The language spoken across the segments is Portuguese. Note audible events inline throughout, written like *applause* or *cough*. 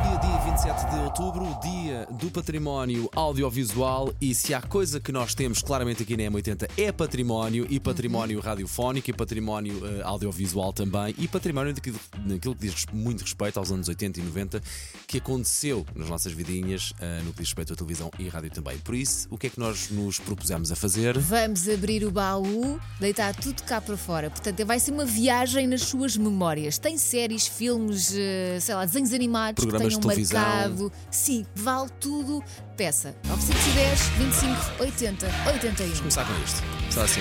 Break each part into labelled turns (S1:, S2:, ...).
S1: Dia, dia 27 de outubro, dia do património audiovisual. E se há coisa que nós temos claramente aqui na M80 é património, e património radiofónico, e património eh, audiovisual também, e património daquilo, daquilo que diz res- muito respeito aos anos 80 e 90, que aconteceu nas nossas vidinhas, eh, no que diz respeito à televisão e rádio também. Por isso, o que é que nós nos propusemos a fazer?
S2: Vamos abrir o baú, deitar tudo cá para fora. Portanto, vai ser uma viagem nas suas memórias. Tem séries, filmes, eh, sei lá, desenhos animados
S1: Programas de
S2: que tenham
S1: televisão.
S2: marcado. Sim, vale tudo. Peça 910 25 80 81.
S1: Começar com isto. Começar assim.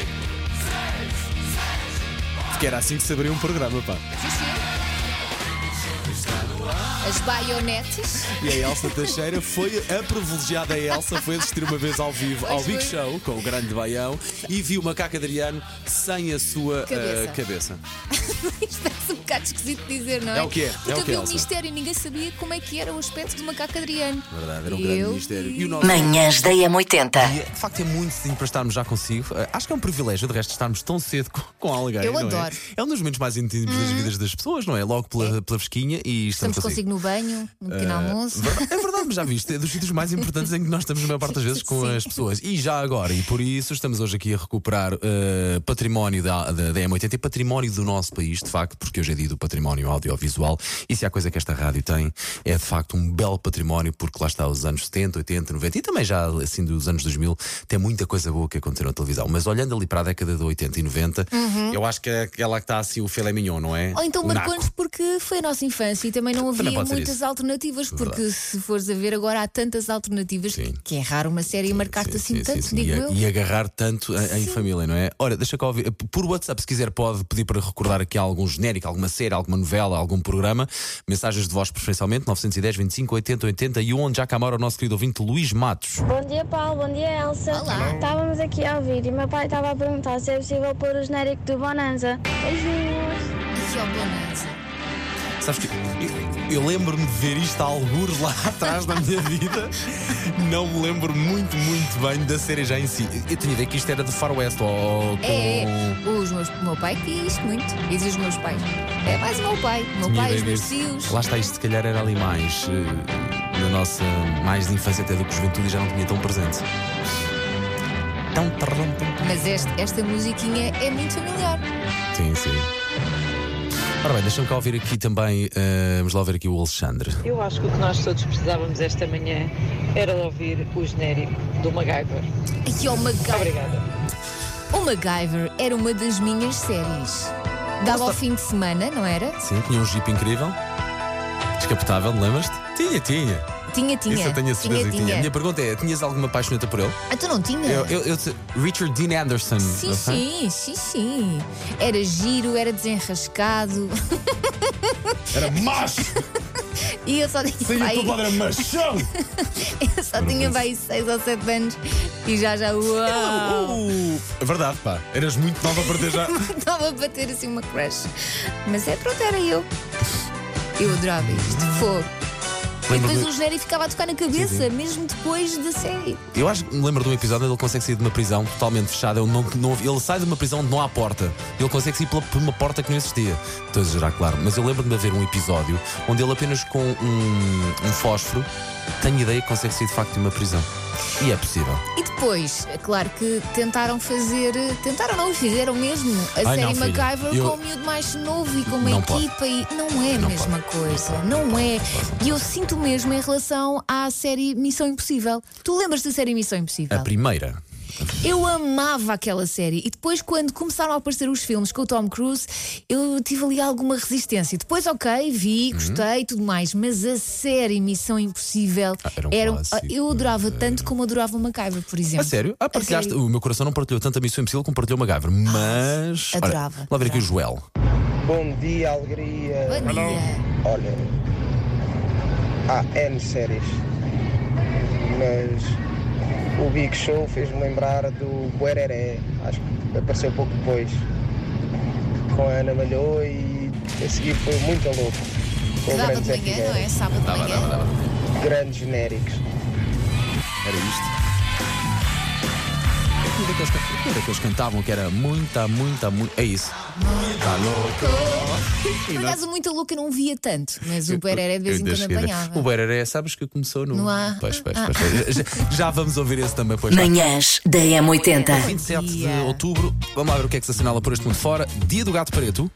S1: Porque era assim que se abria um programa, pá.
S2: As baionetes. *laughs*
S1: E a Elsa Teixeira foi a privilegiada Elsa, foi assistir uma vez ao vivo ao
S2: Pois
S1: Big
S2: foi.
S1: Show com o grande baião e viu uma caca de Adriano sem a sua
S2: Cabeça.
S1: eh, cabeça.
S2: Isto parece um bocado esquisito dizer, não é?
S1: É o que é, é
S2: Porque
S1: o que é,
S2: havia um
S1: Elsa.
S2: mistério e ninguém sabia como é que era o aspecto de macaco Adriano.
S1: Verdade, era um
S2: Eu
S1: grande mistério. E o nosso
S3: Manhãs da M80.
S1: dia, de facto, é muito cedinho para estarmos já consigo. Eh, acho que é um privilégio, de resto, estarmos tão cedo com, com alguém.
S2: Eu
S1: não é?
S2: adoro. Uhum.
S1: É um dos momentos mais íntimos das vidas das pessoas, não é? Logo pela, pela vesquinha e estamos,
S2: Estamos consigo no banho, no pequeno almoço.
S1: Verda- É verdade, mas já viste, é dos sítios mais importantes em que nós estamos, na maior parte das vezes, com
S2: *laughs* Sim.
S1: as pessoas. E já agora, e por isso estamos hoje aqui a recuperar eh, património da, da, da M80 e património do nosso país, de facto, porque hoje é dia do património audiovisual. E se há coisa que esta rádio tem, é de facto um belo património, porque lá está os anos 70, 80, 90 e também já assim dos anos 2000, tem muita coisa boa que aconteceu na televisão. Mas olhando ali para a década de 80 e 90, eu acho que é aquela que está assim o filé mignon, não é?
S2: Uhum. Ou então
S1: O naco.
S2: marcou-nos porque foi a nossa infância e também não havia
S1: pode ser
S2: muitas
S1: isso.
S2: alternativas, porque se fores a ver agora há tantas alternativas
S1: Sim.
S2: que é raro uma série marcar-te
S1: Sim,
S2: assim
S1: sim,
S2: tanto,
S1: sim, sim.
S2: digo
S1: e, a-
S2: eu.
S1: e agarrar tanto a- em família, não é? Ora, deixa cá ouvir. Por WhatsApp, se quiser, pode pedir para recordar aqui algum genérico, alguma série, alguma novela, algum programa. Mensagens de voz, preferencialmente, 910 25 80 80 e um, onde já camara o nosso querido ouvinte Luís Matos.
S4: Bom dia, Paulo. Bom dia, Elsa.
S2: Olá.
S4: Estávamos aqui a ouvir e meu pai estava a perguntar se é possível pôr o genérico do Bonanza. Beijinhos.
S2: E ao Bonanza.
S1: Sabes que eu- eu, lembro-me de ver isto a algures lá *laughs* atrás da minha vida. Não me lembro muito, muito bem da série já em si. Eu tinha ideia que isto era de Far West ou com.
S2: É, é. Os meus, o meu pai diz muito. E diz os meus pais. É mais o meu pai. O meu
S1: Tinha
S2: pai, os
S1: ideia
S2: meus
S1: disso.
S2: tios.
S1: Lá está, isto se calhar era ali mais eh, da nossa mais de infância até do que juventude e já não tinha tão presente. Tão tão, tão.
S2: Mas este- esta musiquinha é muito familiar.
S1: Sim, sim. Ora bem, deixa-me cá ouvir aqui também. eh, vamos lá ouvir aqui o Alexandre.
S5: Eu acho que o que nós todos precisávamos esta manhã era de ouvir o genérico do MacGyver.
S2: E ao MacGyver.
S5: Obrigada.
S2: O MacGyver era uma das minhas séries. Dava ao fim de semana, não era?
S1: Sim, tinha um jeep incrível. Descapotável, lembras-te? Tinha, tinha.
S2: Tinha, tinha.
S1: Isso eu tenho a certeza que
S2: tinha,
S1: tinha. A minha
S2: tinha.
S1: pergunta é: tinhas alguma paixoneta por ele?
S2: Ah, tu não tinha?
S1: Eu, eu- eu te- Richard Dean Anderson.
S2: Sim,
S6: Uhum.
S1: ok?
S2: sim, sim, sim. Era giro, era desenrascado.
S6: *laughs* Era macho!
S2: E eu só tinha,
S6: Saía
S2: vai,
S6: todo lado, era machão!
S2: *laughs* eu só
S6: Uhum.
S2: tinha vai 6 ou 7 anos e já já uau!
S6: Uh, é verdade, pá. Eras muito nova para ter já.
S2: *laughs* Estava a bater assim uma crush. Mas é pronto, era eu. Eu adorava isto.
S6: Uhum.
S2: Fogo. E
S1: Lembro
S2: depois
S1: de-
S2: o genérico ficava a tocar na cabeça, mesmo depois da série.
S1: Eu acho que me lembro de um episódio onde ele consegue sair de uma prisão totalmente fechada. onde Não, não, ele sai de uma prisão onde não há porta. Ele consegue sair pela- por uma porta que não existia. Estou a exagerar, claro. Mas eu lembro-me de haver um episódio onde ele apenas com um, um fósforo tem ideia que consegue sair de facto de uma prisão. E é possível.
S2: E depois, é claro que tentaram fazer, tentaram não, fizeram mesmo a
S1: não,
S2: série
S1: filha,
S2: MacGyver
S1: eu-
S2: com o miúdo mais novo e com uma
S1: Não pode.
S2: equipa e não é a
S1: Não
S2: mesma coisa, não é. E eu sinto mesmo em relação à série Missão Impossível. Tu lembras da série Missão Impossível?
S1: A primeira.
S2: Eu amava aquela série e depois, quando começaram a aparecer os filmes com o Tom Cruise, eu tive ali alguma resistência. Depois, ok,
S1: Uhum.
S2: vi, gostei e tudo mais, mas a série Missão Impossível
S1: era um clássico, é.
S2: eu adorava tanto como adorava o MacGyver, por exemplo.
S1: A sério? Ah, partilhaste.
S2: sério. Ah,
S1: O meu coração não partilhou tanto a Missão Impossível como partilhou MacGyver. Mas. Olha,
S2: adorava,
S1: lá ver aqui
S2: adorava.
S1: o Joel.
S7: Bom dia, alegria.
S2: Bom dia.
S7: Olha, há N séries, mas o Big Show fez-me lembrar do Buereré, acho que apareceu pouco depois, com a Ana Malhou e a seguir foi muito louco. Com o
S2: Dava
S7: grande
S2: de
S7: Zé
S2: manhã, não
S7: Figueira,
S2: é? Sábado de manhã. é?
S7: grandes genéricos.
S1: Era isto. Daqueles é que- Era que eles cantavam que era muita, muita, muita. É isso. Tá louco.
S2: Por acaso, muito louca não via tanto, mas o Pereré de vez em
S1: Eu ainda
S2: quando
S1: cheguei a ver.
S2: apanhava.
S1: O Beraré, sabes que começou no.
S2: No Ah. ar.
S1: Pois, pois, pois. pois. Já, já vamos ouvir esse também, pois.
S3: Manhãs da M80.
S1: 27 de
S2: Dia.
S1: outubro, vamos lá ver o que é que se assinala por este mundo fora. Dia do Gato Preto.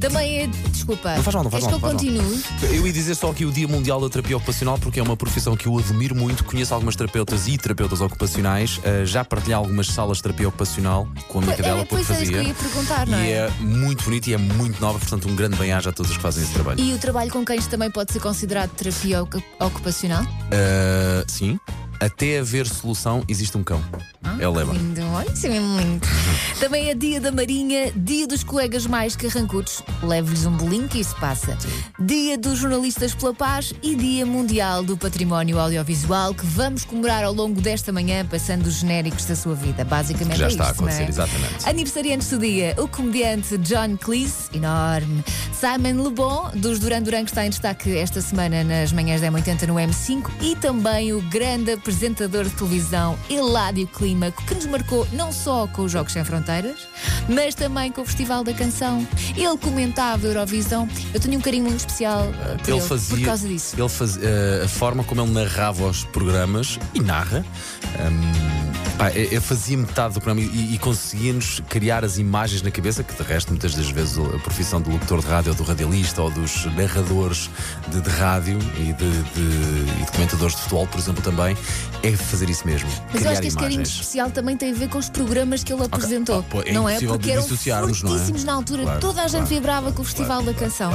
S2: Também é. Desculpa.
S1: Não faz mal, não faz
S2: Queres
S1: mal, não
S2: que eu
S1: faz mal.
S2: continue?
S1: Eu ia dizer só que o Dia Mundial da Terapia Ocupacional, porque é uma profissão que eu admiro muito. Conheço algumas terapeutas e terapeutas ocupacionais. Ah, já partilhei algumas salas de terapia ocupacional com a amiga dela,
S2: Era,
S1: porque
S2: É, pois era isso
S1: fazia.
S2: que eu ia perguntar, não
S1: E
S2: é?
S1: é muito bonito e é muito nova, portanto, um grande bem-aja a todos os que fazem esse trabalho.
S2: E o trabalho com cães também pode ser considerado terapia ocu- ocupacional?
S1: Ah, sim, até haver solução, existe um cão.
S2: Ah,
S1: é o lema.
S2: Lindo, olha, isso é mesmo lindo.
S1: *laughs*
S2: Também é dia da Marinha, dia dos colegas mais carrancudos. Leve-lhes um bolinho que isso passa. Dia dos jornalistas pela paz e dia mundial do património audiovisual que vamos comemorar ao longo desta manhã, passando os genéricos da sua vida. Basicamente
S1: Já
S2: é
S1: está a
S2: isto, não é?
S1: acontecer, exatamente.
S2: Aniversariantes do dia, o comediante John Cleese, enorme. Simon Le Bon, dos Duran Duran, que está em destaque esta semana nas manhãs da M80 no M5. E também o grande apresentador de televisão, Eládio Clímaco, que nos marcou não só com os Jogos Sem Fronteiras, mas também com o Festival da Canção. Ele comentava a Eurovisão. Eu tenho um carinho muito especial eh, por ele, por causa disso.
S1: Ele fazia eh, a forma como ele narrava os programas e narra. hum, pá, eu eu fazia metade do programa e, e conseguia-nos criar as imagens na cabeça, que de resto, muitas das vezes, a profissão do locutor de rádio ou do radialista ou dos narradores de, de rádio e de, de- e de comentadores de futebol, por exemplo, também, é fazer isso mesmo.
S2: Mas eu
S1: criar
S2: acho que este carinho
S1: imagens.
S2: especial também tem a ver com os programas que ele apresentou.
S1: Ah, pô, é
S2: não é?
S1: impossível
S2: Porque eram
S1: dissociarmos, não é?
S2: fortíssimos na altura.
S1: Claro,
S2: Toda a gente
S1: claro,
S2: vibrava com o Festival da Canção.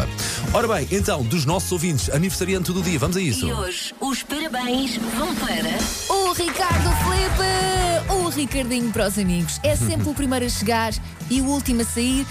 S1: Ora bem, então, dos nossos ouvintes, aniversariante do dia, vamos a isso.
S3: E hoje os parabéns vão para.
S2: O Ricardo Felipe! O Ricardinho para os amigos. É sempre o primeiro a chegar e o último a sair.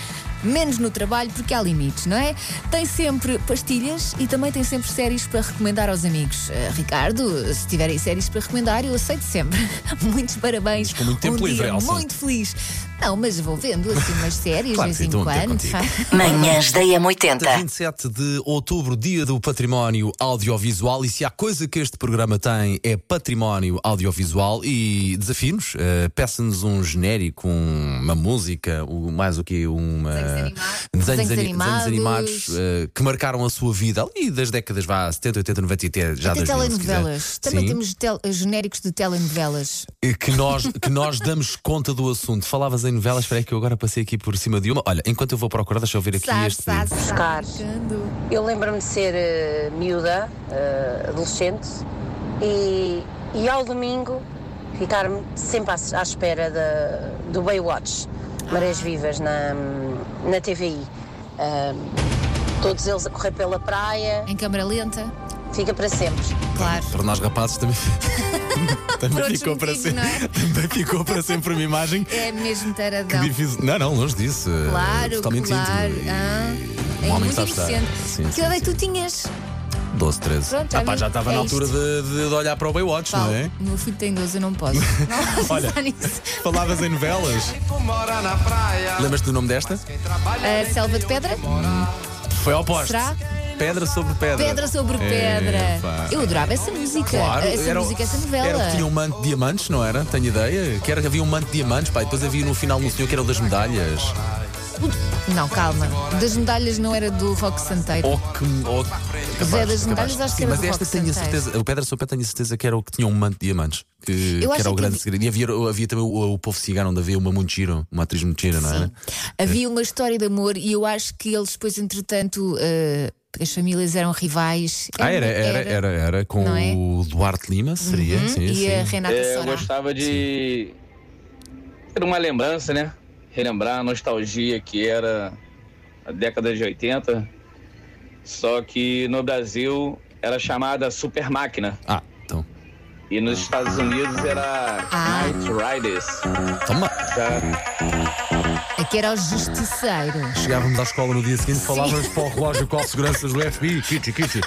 S2: Menos no trabalho, porque há limites, não é? Tem sempre pastilhas e também tem sempre séries para recomendar aos amigos. Eh, Ricardo, se tiverem séries para recomendar, eu aceito sempre. *laughs* Muitos parabéns.
S1: com muito tempo
S2: um
S1: livre,
S2: dia
S1: Elsa.
S2: muito feliz. Não, mas vou vendo assim umas séries
S1: Claro que
S2: de vez
S1: sim,
S2: em
S1: estou a ter
S2: quando.
S1: contigo.
S3: Manhãs da
S2: É.
S1: Quarta,
S3: M80.
S1: 27 de outubro, dia do património audiovisual. E se há coisa que este programa tem é património audiovisual. E desafio-nos, eh, peça-nos um genérico, um- uma música, o- mais o que uma.
S2: Desenhos
S1: ani-
S2: animados.
S1: animados, eh, que marcaram a sua vida ali das décadas vá 70, 80, 90 e até já
S2: Até
S1: 2000, se quiser.
S2: telenovelas. Também
S1: Sim.
S2: temos tel- genéricos de telenovelas.
S1: Eh, que nós, que nós damos conta do assunto. Falavas em novelas, espera aí que eu agora passei aqui por cima de uma. Olha, enquanto eu vou procurar, deixa eu ver aqui
S2: Sás,
S1: este.
S2: sás, sás.
S8: Buscar.
S2: Ficando.
S8: Eu lembro-me de ser eh, miúda, eh, adolescente, e, e ao domingo ficar-me sempre à, à espera da- do Baywatch, Marés Vivas, na, na TVI. Ah, todos eles a correr pela praia,
S2: Em câmara lenta,
S8: fica para sempre.
S2: claro.
S1: Para nós rapazes também,
S2: *laughs* Por
S1: também
S2: outros
S1: ficou para
S2: motivos,
S1: sempre.
S2: não
S1: *laughs*
S2: é?
S1: Também ficou para sempre uma imagem que
S2: É mesmo taradão.
S1: difícil. Não, não, longe disso. eh,
S2: Claro,
S1: totalmente
S2: claro.
S1: íntimo. e-
S2: Ah,
S1: um
S2: é
S1: homem
S2: muito
S1: que sabe estar.
S2: inocente.
S1: Sim,
S2: que
S1: sim,
S2: idade é
S1: sim.
S2: que tu tinhas?
S1: 12, 13.
S2: Pronto, já
S1: ah, pá,
S2: vi.
S1: já estava
S2: É
S1: na altura
S2: isto.
S1: de, de- de olhar para o Baywatch,
S2: Paulo,
S1: não é?
S2: meu filho tem 12, eu
S1: *laughs*
S2: não posso. Não posso
S1: Olha.
S2: pensar nisso.
S1: Falavas em novelas. Lembras-te do nome desta?
S2: A selva de pedra?
S1: Foi ao poste.
S2: Será?
S1: Pedra sobre pedra.
S2: Pedra sobre
S1: É,
S2: pedra.
S1: pá.
S2: eu adorava essa música.
S1: Claro,
S2: essa
S1: era, o-
S2: música, essa novela.
S1: Era o que tinha um manto de diamantes, não era? Tenho ideia. Que era que havia um manto de diamantes, pá, e depois havia no final um senhor que era o das medalhas.
S2: Não, calma. Das medalhas não era do Rock Santeiro.
S1: Ou que. Ou... capaz,
S2: Zé das medalhas, acho que
S1: Sim,
S2: era
S1: Mas
S2: do
S1: esta
S2: Roque
S1: tenho a
S2: Santeiro.
S1: certeza, o Pedra Sopé tenho a certeza que era o que tinha um manto de diamantes. Que, que
S2: acho
S1: era o
S2: que
S1: grande
S2: havia-
S1: segredo. E havia, havia também o, o povo cigano, onde havia uma muito giro, uma atriz muito gira, não era?
S2: Havia uma história de amor e eu acho que eles depois, entretanto, eh, as famílias eram rivais.
S1: Ah, era, era, era, era, com
S2: Não é?
S1: o Duarte Lima, seria?
S2: Uhum,
S1: Sim,
S2: e
S1: sim.
S2: a Renata
S9: É, eu
S2: Sorá.
S9: gostava de ter uma lembrança, né? Relembrar a nostalgia que era a década de 80. Só que no Brasil era chamada Super Máquina.
S1: Ah, então.
S9: E nos
S10: Ah.
S9: Estados Unidos era
S2: Ah.
S9: Night Riders.
S1: Toma.
S9: Já
S2: É que era o Justiceiro.
S1: Chegávamos à escola no dia seguinte, falávamos para o relógio com as seguranças do FBI. Kitty, kitty.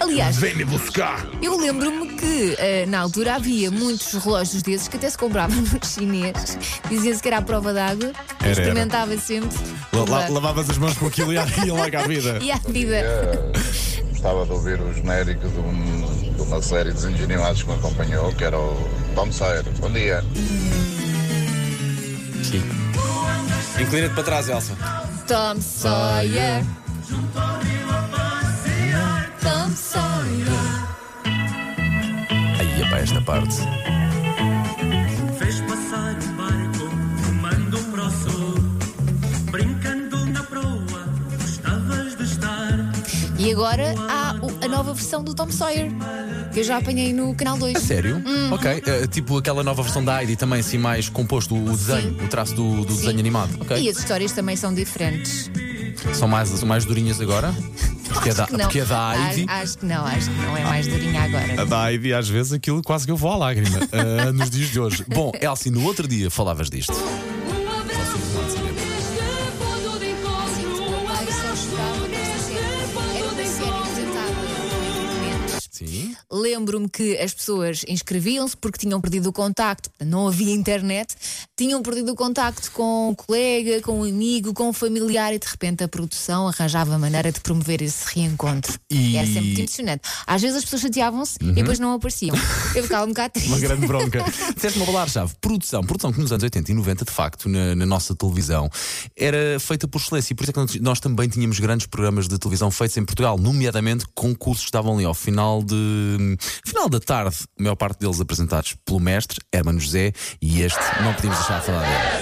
S2: Aliás,
S6: Vem-me buscar.
S2: eu lembro-me que eh, na altura havia muitos relógios desses que até se compravam *laughs* no chinês. Dizia-se que era a prova d'água.
S6: era.
S2: Experimentava sempre.
S6: La- la- Lavavas as mãos com aquilo
S1: *laughs*
S6: e ia logo à vida.
S2: e à vida.
S10: Gostava de ouvir o genérico de, um- de uma série de desenhos animados que me acompanhou, que era o Tom Sawyer. Bom dia.
S1: aqui. Inclina-te para trás, Elsa.
S2: Tom Sawyer. Tom Sawyer.
S1: Aí, epá, esta parte.
S11: Fez passar o barco, rumando para o sul. Brincando na proa, gostavas de estar.
S2: E agora há o- a nova versão do Tom Sawyer, que eu já apanhei no Canal 2.
S1: A sério?
S2: Uhum.
S1: Ok. eh, tipo aquela nova versão da Heidi também, assim, mais composto, o desenho, o traço do, do desenho animado. Ok.
S2: E as histórias também são diferentes.
S1: São mais, são mais durinhas agora? Porque é da,
S2: Acho que não.
S1: porque é da
S2: Acho-
S1: Heidi.
S2: Acho, que não, acho que não é mais durinha agora.
S1: A da Heidi, às vezes, aquilo quase que eu vou à *laughs* lágrima ah, nos dias de hoje. Bom, Elsie, no outro dia falavas disto.
S2: assim, é
S1: Sim.
S2: Lembro-me que as pessoas inscreviam-se porque tinham perdido o contacto, portanto, não havia internet, tinham perdido o contacto com um colega, com um amigo, com um familiar e de repente a produção arranjava maneira de promover esse reencontro.
S1: E-
S2: Era sempre muito impressionante. Às vezes as pessoas chateavam-se
S1: Uhum.
S2: e depois não apareciam.
S1: *laughs*
S2: Eu ficava um bocado triste.
S1: Uma grande bronca. *laughs* Disseste uma palavra-chave. Produção. Produção que nos anos 80 e 90, de facto, na, na nossa televisão, era feita por excelência. E por isso é que nós- nós também tínhamos grandes programas de televisão feitos em Portugal, nomeadamente concursos que estavam ali ao final de. final da tarde, a maior parte deles apresentados pelo mestre, Hermano José, e este não podíamos deixar de falar dele. É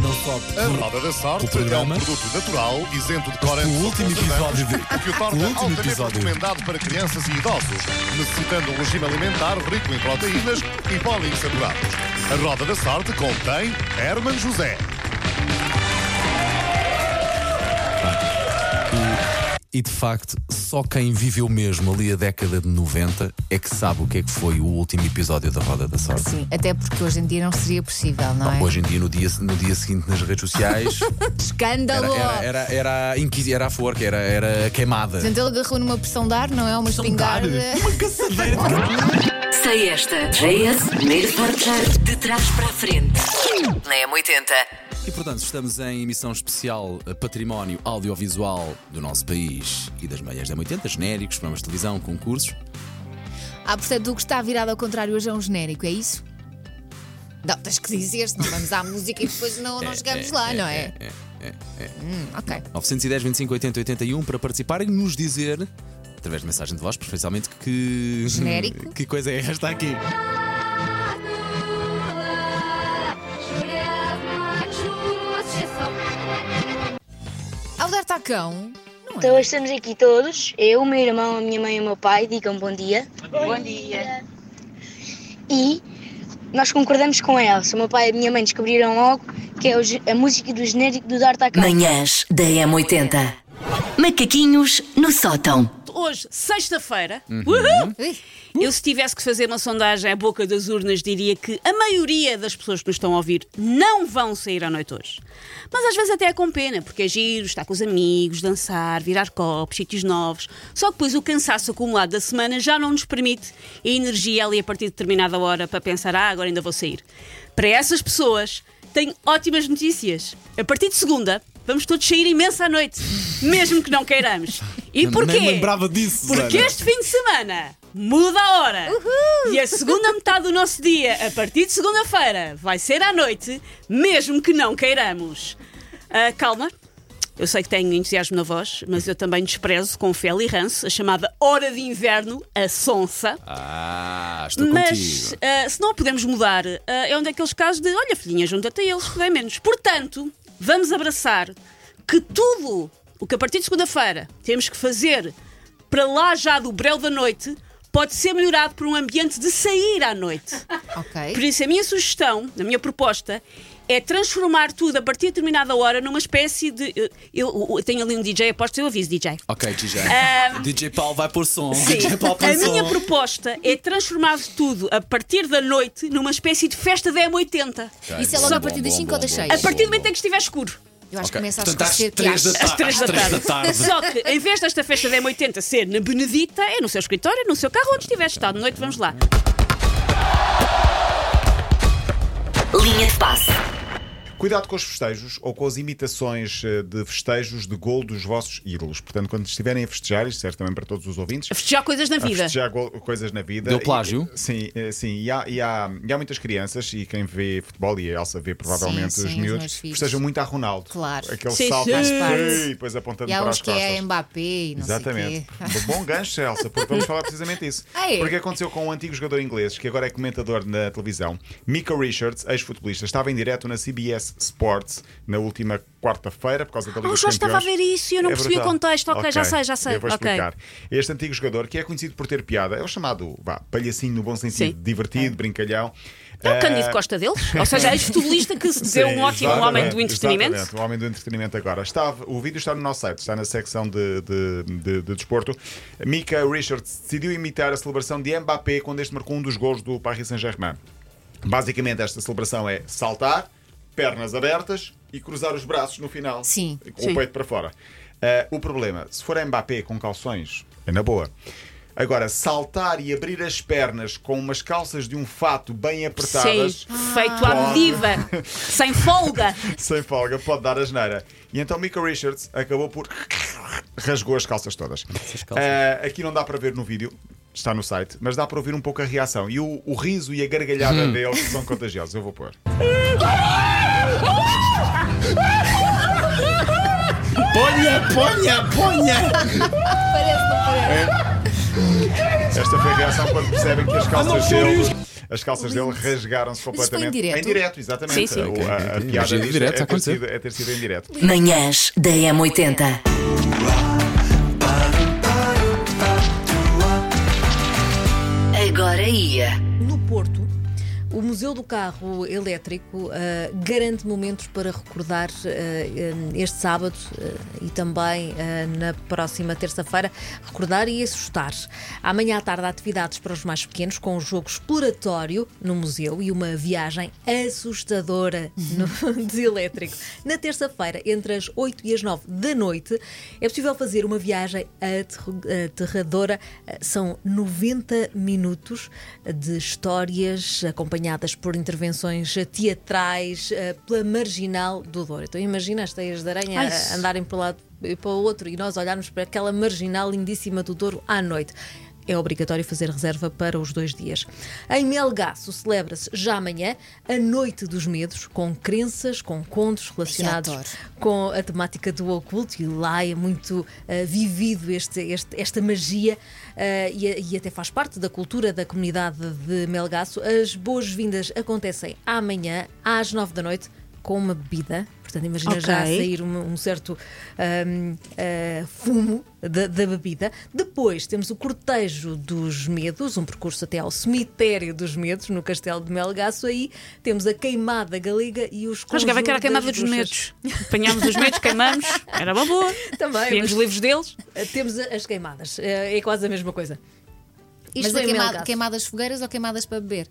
S1: Não só
S12: A Roda da Sorte
S1: O programa.
S12: é um produto natural, isento de corantes
S1: O último
S12: ou conservantes,
S1: episódio de-
S12: que o
S1: o
S12: torna
S1: último
S12: altamente
S1: episódio.
S12: recomendado para crianças e idosos, necessitando um regime alimentar rico em proteínas e poliinsaturados. A Roda da Sorte contém Herman José.
S1: E de facto, só quem viveu mesmo ali a década de 90 é que sabe o que é que foi o último episódio da Roda da Sorte.
S2: Sim, até porque hoje em dia não seria possível, não, é?
S1: Hoje em dia, no dia, no dia seguinte, nas redes
S13: *laughs*
S1: sociais,
S13: Tá
S1: era,
S2: Escândalo!
S1: era, era, era, a inquisi- era a forca, era, era a queimada.
S2: Portanto, ele agarrou numa pressão de ar, não é? Uma espingarda. Uma
S1: caçadeira.
S3: Sei esta. JS, primeiro forjar de trás para a frente. Na M80.
S1: E portanto, estamos em emissão especial eh, Património Audiovisual do nosso país e das manhãs da 80, genéricos, programas de televisão, concursos.
S2: Ah, portanto, o que está virado ao contrário hoje é um genérico, é isso? Não, tens que dizer, senão vamos à música e depois não, não chegamos lá, não é?
S1: É, é, é.
S2: Hum, ok.
S1: 910 25 80 81 para participarem e nos dizer, através de mensagem de voz, preferencialmente, que.
S13: *laughs*
S1: *laughs*
S2: Genérico.
S1: Que coisa é esta aqui?
S2: Alberto Acão.
S14: Então hoje estamos aqui todos, eu, o meu irmão, a minha mãe e o meu pai, digam bom dia.
S5: Bom dia.
S14: E nós concordamos com a Elsa. O meu pai e a minha mãe descobriram logo que é o ge- a música do genérico do D'Artacão.
S3: Manhãs da M80. Macaquinhos no sótão.
S13: Hoje, sexta-feira,
S3: Uhum.
S13: uhul! eu se tivesse que fazer uma sondagem à boca das urnas, diria que a maioria das pessoas que nos estão a ouvir não vão sair à noite hoje. Mas às vezes até é com pena, porque é giro, estar com os amigos, dançar, virar copos, sítios novos. Só que depois o cansaço acumulado da semana já não nos permite a energia ali a partir de determinada hora para pensar, ah, agora ainda vou sair. Para essas pessoas, tenho ótimas notícias. A partir de segunda, vamos todos sair imenso à noite, mesmo que não queiramos. E
S6: Nem
S13: porquê?
S6: lembrava disso,
S13: Porque
S6: Susana.
S13: este fim de semana muda a hora. E a segunda metade do nosso dia, a partir de segunda-feira, vai ser à noite, mesmo que não queiramos. Ah, calma. Eu sei que tenho entusiasmo na voz, mas eu também desprezo, com fel e ranço, a chamada hora de inverno, a sonsa.
S1: Ah, estou
S13: Mas
S1: contigo.
S13: ah, se não a podemos mudar, ah, é um daqueles casos de olha, filhinha, junta-te a eles, que dá menos. Portanto, vamos abraçar que tudo o que a partir de segunda-feira temos que fazer para lá já do breu da noite pode ser melhorado por um ambiente de sair à noite.
S2: Ok.
S13: Por isso, a minha sugestão, a minha proposta, é transformar tudo a partir de determinada hora numa espécie de. Eu, eu- eu tenho ali um DJ, aposto, eu aviso DJ.
S1: Ok, DJ.
S13: Ah,
S1: DJ Paulo vai pôr som.
S13: Sim.
S1: DJ Paulo põe
S13: A minha
S1: som.
S13: proposta é transformar tudo a partir da noite numa espécie de festa da M80.
S2: Ok. Isso é logo a partir das Bom, bom, cinco ou das bom, seis? bom,
S13: A partir do momento em que estiver escuro.
S2: Eu acho que começa a
S13: Portanto, às
S2: escurecer.
S13: três
S2: piadas.
S13: Às três da tarde.
S15: Ah.
S13: Só que, em vez desta festa da M80 ser na Benedita, é no seu escritório, no seu carro, onde estiver estado de noite, vamos lá.
S3: Linha de passe.
S15: Cuidado com os festejos ou com as imitações eh, de festejos de gol dos vossos ídolos. Portanto, quando estiverem a festejar, isto serve também para todos os ouvintes. A
S13: festejar coisas na vida.
S15: A festejar go- coisas na vida.
S16: Deu plágio?
S15: E- sim, eh, sim. E há, e há- e há muitas crianças, e quem vê futebol, e a Elsa vê provavelmente
S17: Sim,
S15: os
S17: sim, os meus
S15: miúdos,
S17: filhos.
S15: festejam muito a Ronaldo.
S17: Claro.
S15: Aquele
S17: Sim,
S15: salto
S17: sim.
S15: em
S17: Faz parte.
S15: cima e depois apontando
S17: E há
S15: para
S17: uns
S15: as
S17: que
S15: costas.
S17: é Mbappé e não sei
S15: Exatamente.
S17: quê.
S15: Bom gancho, Elsa, porque vamos falar precisamente
S13: *laughs*
S15: disso.
S17: Ah, é?
S15: Porque aconteceu com um antigo jogador inglês, que agora é comentador na televisão, Mika Richards, ex-futebolista, estava em direto na CBS Sports na última quarta-feira, por causa da Liga
S13: Ah, o
S15: dos
S13: Jorge
S15: Campeões.
S13: estava a ver isso e eu não percebi o
S15: brutal.
S13: contexto. Ok, já sei, já sei.
S15: Eu vou
S13: Ok.
S15: explicar. Este antigo jogador, que é conhecido por ter piada, é o chamado vá, palhacinho no bom sentido,
S13: Sim.
S15: divertido, brincalhão.
S13: É o
S15: Ah,
S13: Cândido Costa
S15: *laughs*
S13: deles, ou seja, é ex-futebolista que se dizer
S15: Sim,
S13: um ótimo
S15: exatamente,
S13: homem do entretenimento.
S15: Exatamente, um homem do entretenimento agora. Está, o vídeo está no nosso site, está na secção de, de- de- de desporto. Mika Richards decidiu imitar a celebração de Mbappé quando este marcou um dos gols do Paris Saint-Germain. Basicamente, esta celebração é saltar, pernas abertas e cruzar os braços no final. Sim. Com
S18: Sim.
S15: o peito para fora. Ah, o problema, se for Mbappé com calções, é na boa. Agora, saltar e abrir as pernas com umas calças de um fato bem apertadas. Ah,
S13: Sim, feito à
S15: pode-
S13: medida, sem folga.
S15: sem folga, pode dar asneira. E então Mika Richards acabou por rasgou as calças todas. Ah, aqui não dá para ver no vídeo. Está no site, mas dá para ouvir um pouco a reação. E o, o riso e a gargalhada
S1: Hum.
S15: deles são contagiosos. Eu vou pôr.
S1: Ponha, ponha, ponha!
S15: Esta foi a reação quando percebem que as calças
S1: Ah, não,
S15: dele. As calças dele rasgaram-se
S1: isso foi em
S15: completamente.
S1: direto?
S15: Em direto, exatamente.
S1: Sim, sim.
S15: A-
S1: Ok,
S15: a-
S1: ok,
S15: a
S1: ok.
S15: piada
S1: Imagina em direto a
S15: é ter,
S1: acontecer.
S15: sido, é ter sido em direto.
S3: Manhãs da M80. Agora ia.
S2: No Porto, o Museu do Carro Elétrico ah, garante momentos para recordar ah, eh, este sábado ah, e também ah, na próxima terça-feira. Recordar e assustar. Amanhã à tarde, há atividades para os mais pequenos com um jogo exploratório no museu e uma viagem assustadora no *laughs* de elétrico. Na terça-feira, entre as 8 e as 9 da noite, é possível fazer uma viagem aterro- aterradora. Eh, São 90 minutos eh, de histórias acompanhadas por intervenções teatrais eh, pela marginal do Douro. Então imagina as teias de aranha
S13: Ai,
S2: a-
S13: isso.
S2: andarem para um lado e para o outro e nós olharmos para aquela marginal lindíssima do Douro à noite. É obrigatório fazer reserva para os dois dias. Em Melgaço celebra-se já amanhã a Noite dos Medos, com crenças, com contos relacionados
S17: adoro.
S2: com a temática do oculto e lá é muito ah, vivido este, este- esta magia ah, e, a- e até faz parte da cultura da comunidade de Melgaço. As boas-vindas acontecem amanhã às nove da noite com uma bebida. Portanto, imagina já a
S13: Ok.
S2: sair um, um certo ahm, ah, fumo da, da bebida. Depois temos o Cortejo dos Medos, um percurso até ao Cemitério dos Medos, no Castelo de Melgaço. Aí temos a Queimada Galega e os
S13: Eu jogava que era a
S2: Conjuro
S13: queimada
S2: das
S13: dos
S2: Bruxas.
S13: medos. Apanhámos os medos, queimamos, era uma boa.
S2: Também.
S13: Víamos
S2: mas-
S13: livros deles.
S2: Eh, Temos a- as queimadas. É é quase a mesma coisa.
S17: Isto
S2: Mas
S17: é
S2: em
S17: queimada,
S2: Melgaço.
S17: queimadas fogueiras ou queimadas para beber?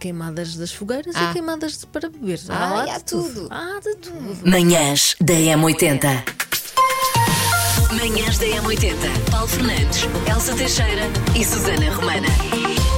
S2: Queimadas das fogueiras
S17: Ah.
S2: e queimadas de- para beber.
S17: Ah,
S2: há
S17: há
S2: de
S17: tudo.
S2: Há de tudo.
S3: Manhãs da M80. Manhãs da M80. Paulo Fernandes, Elsa Teixeira e Susana Romana.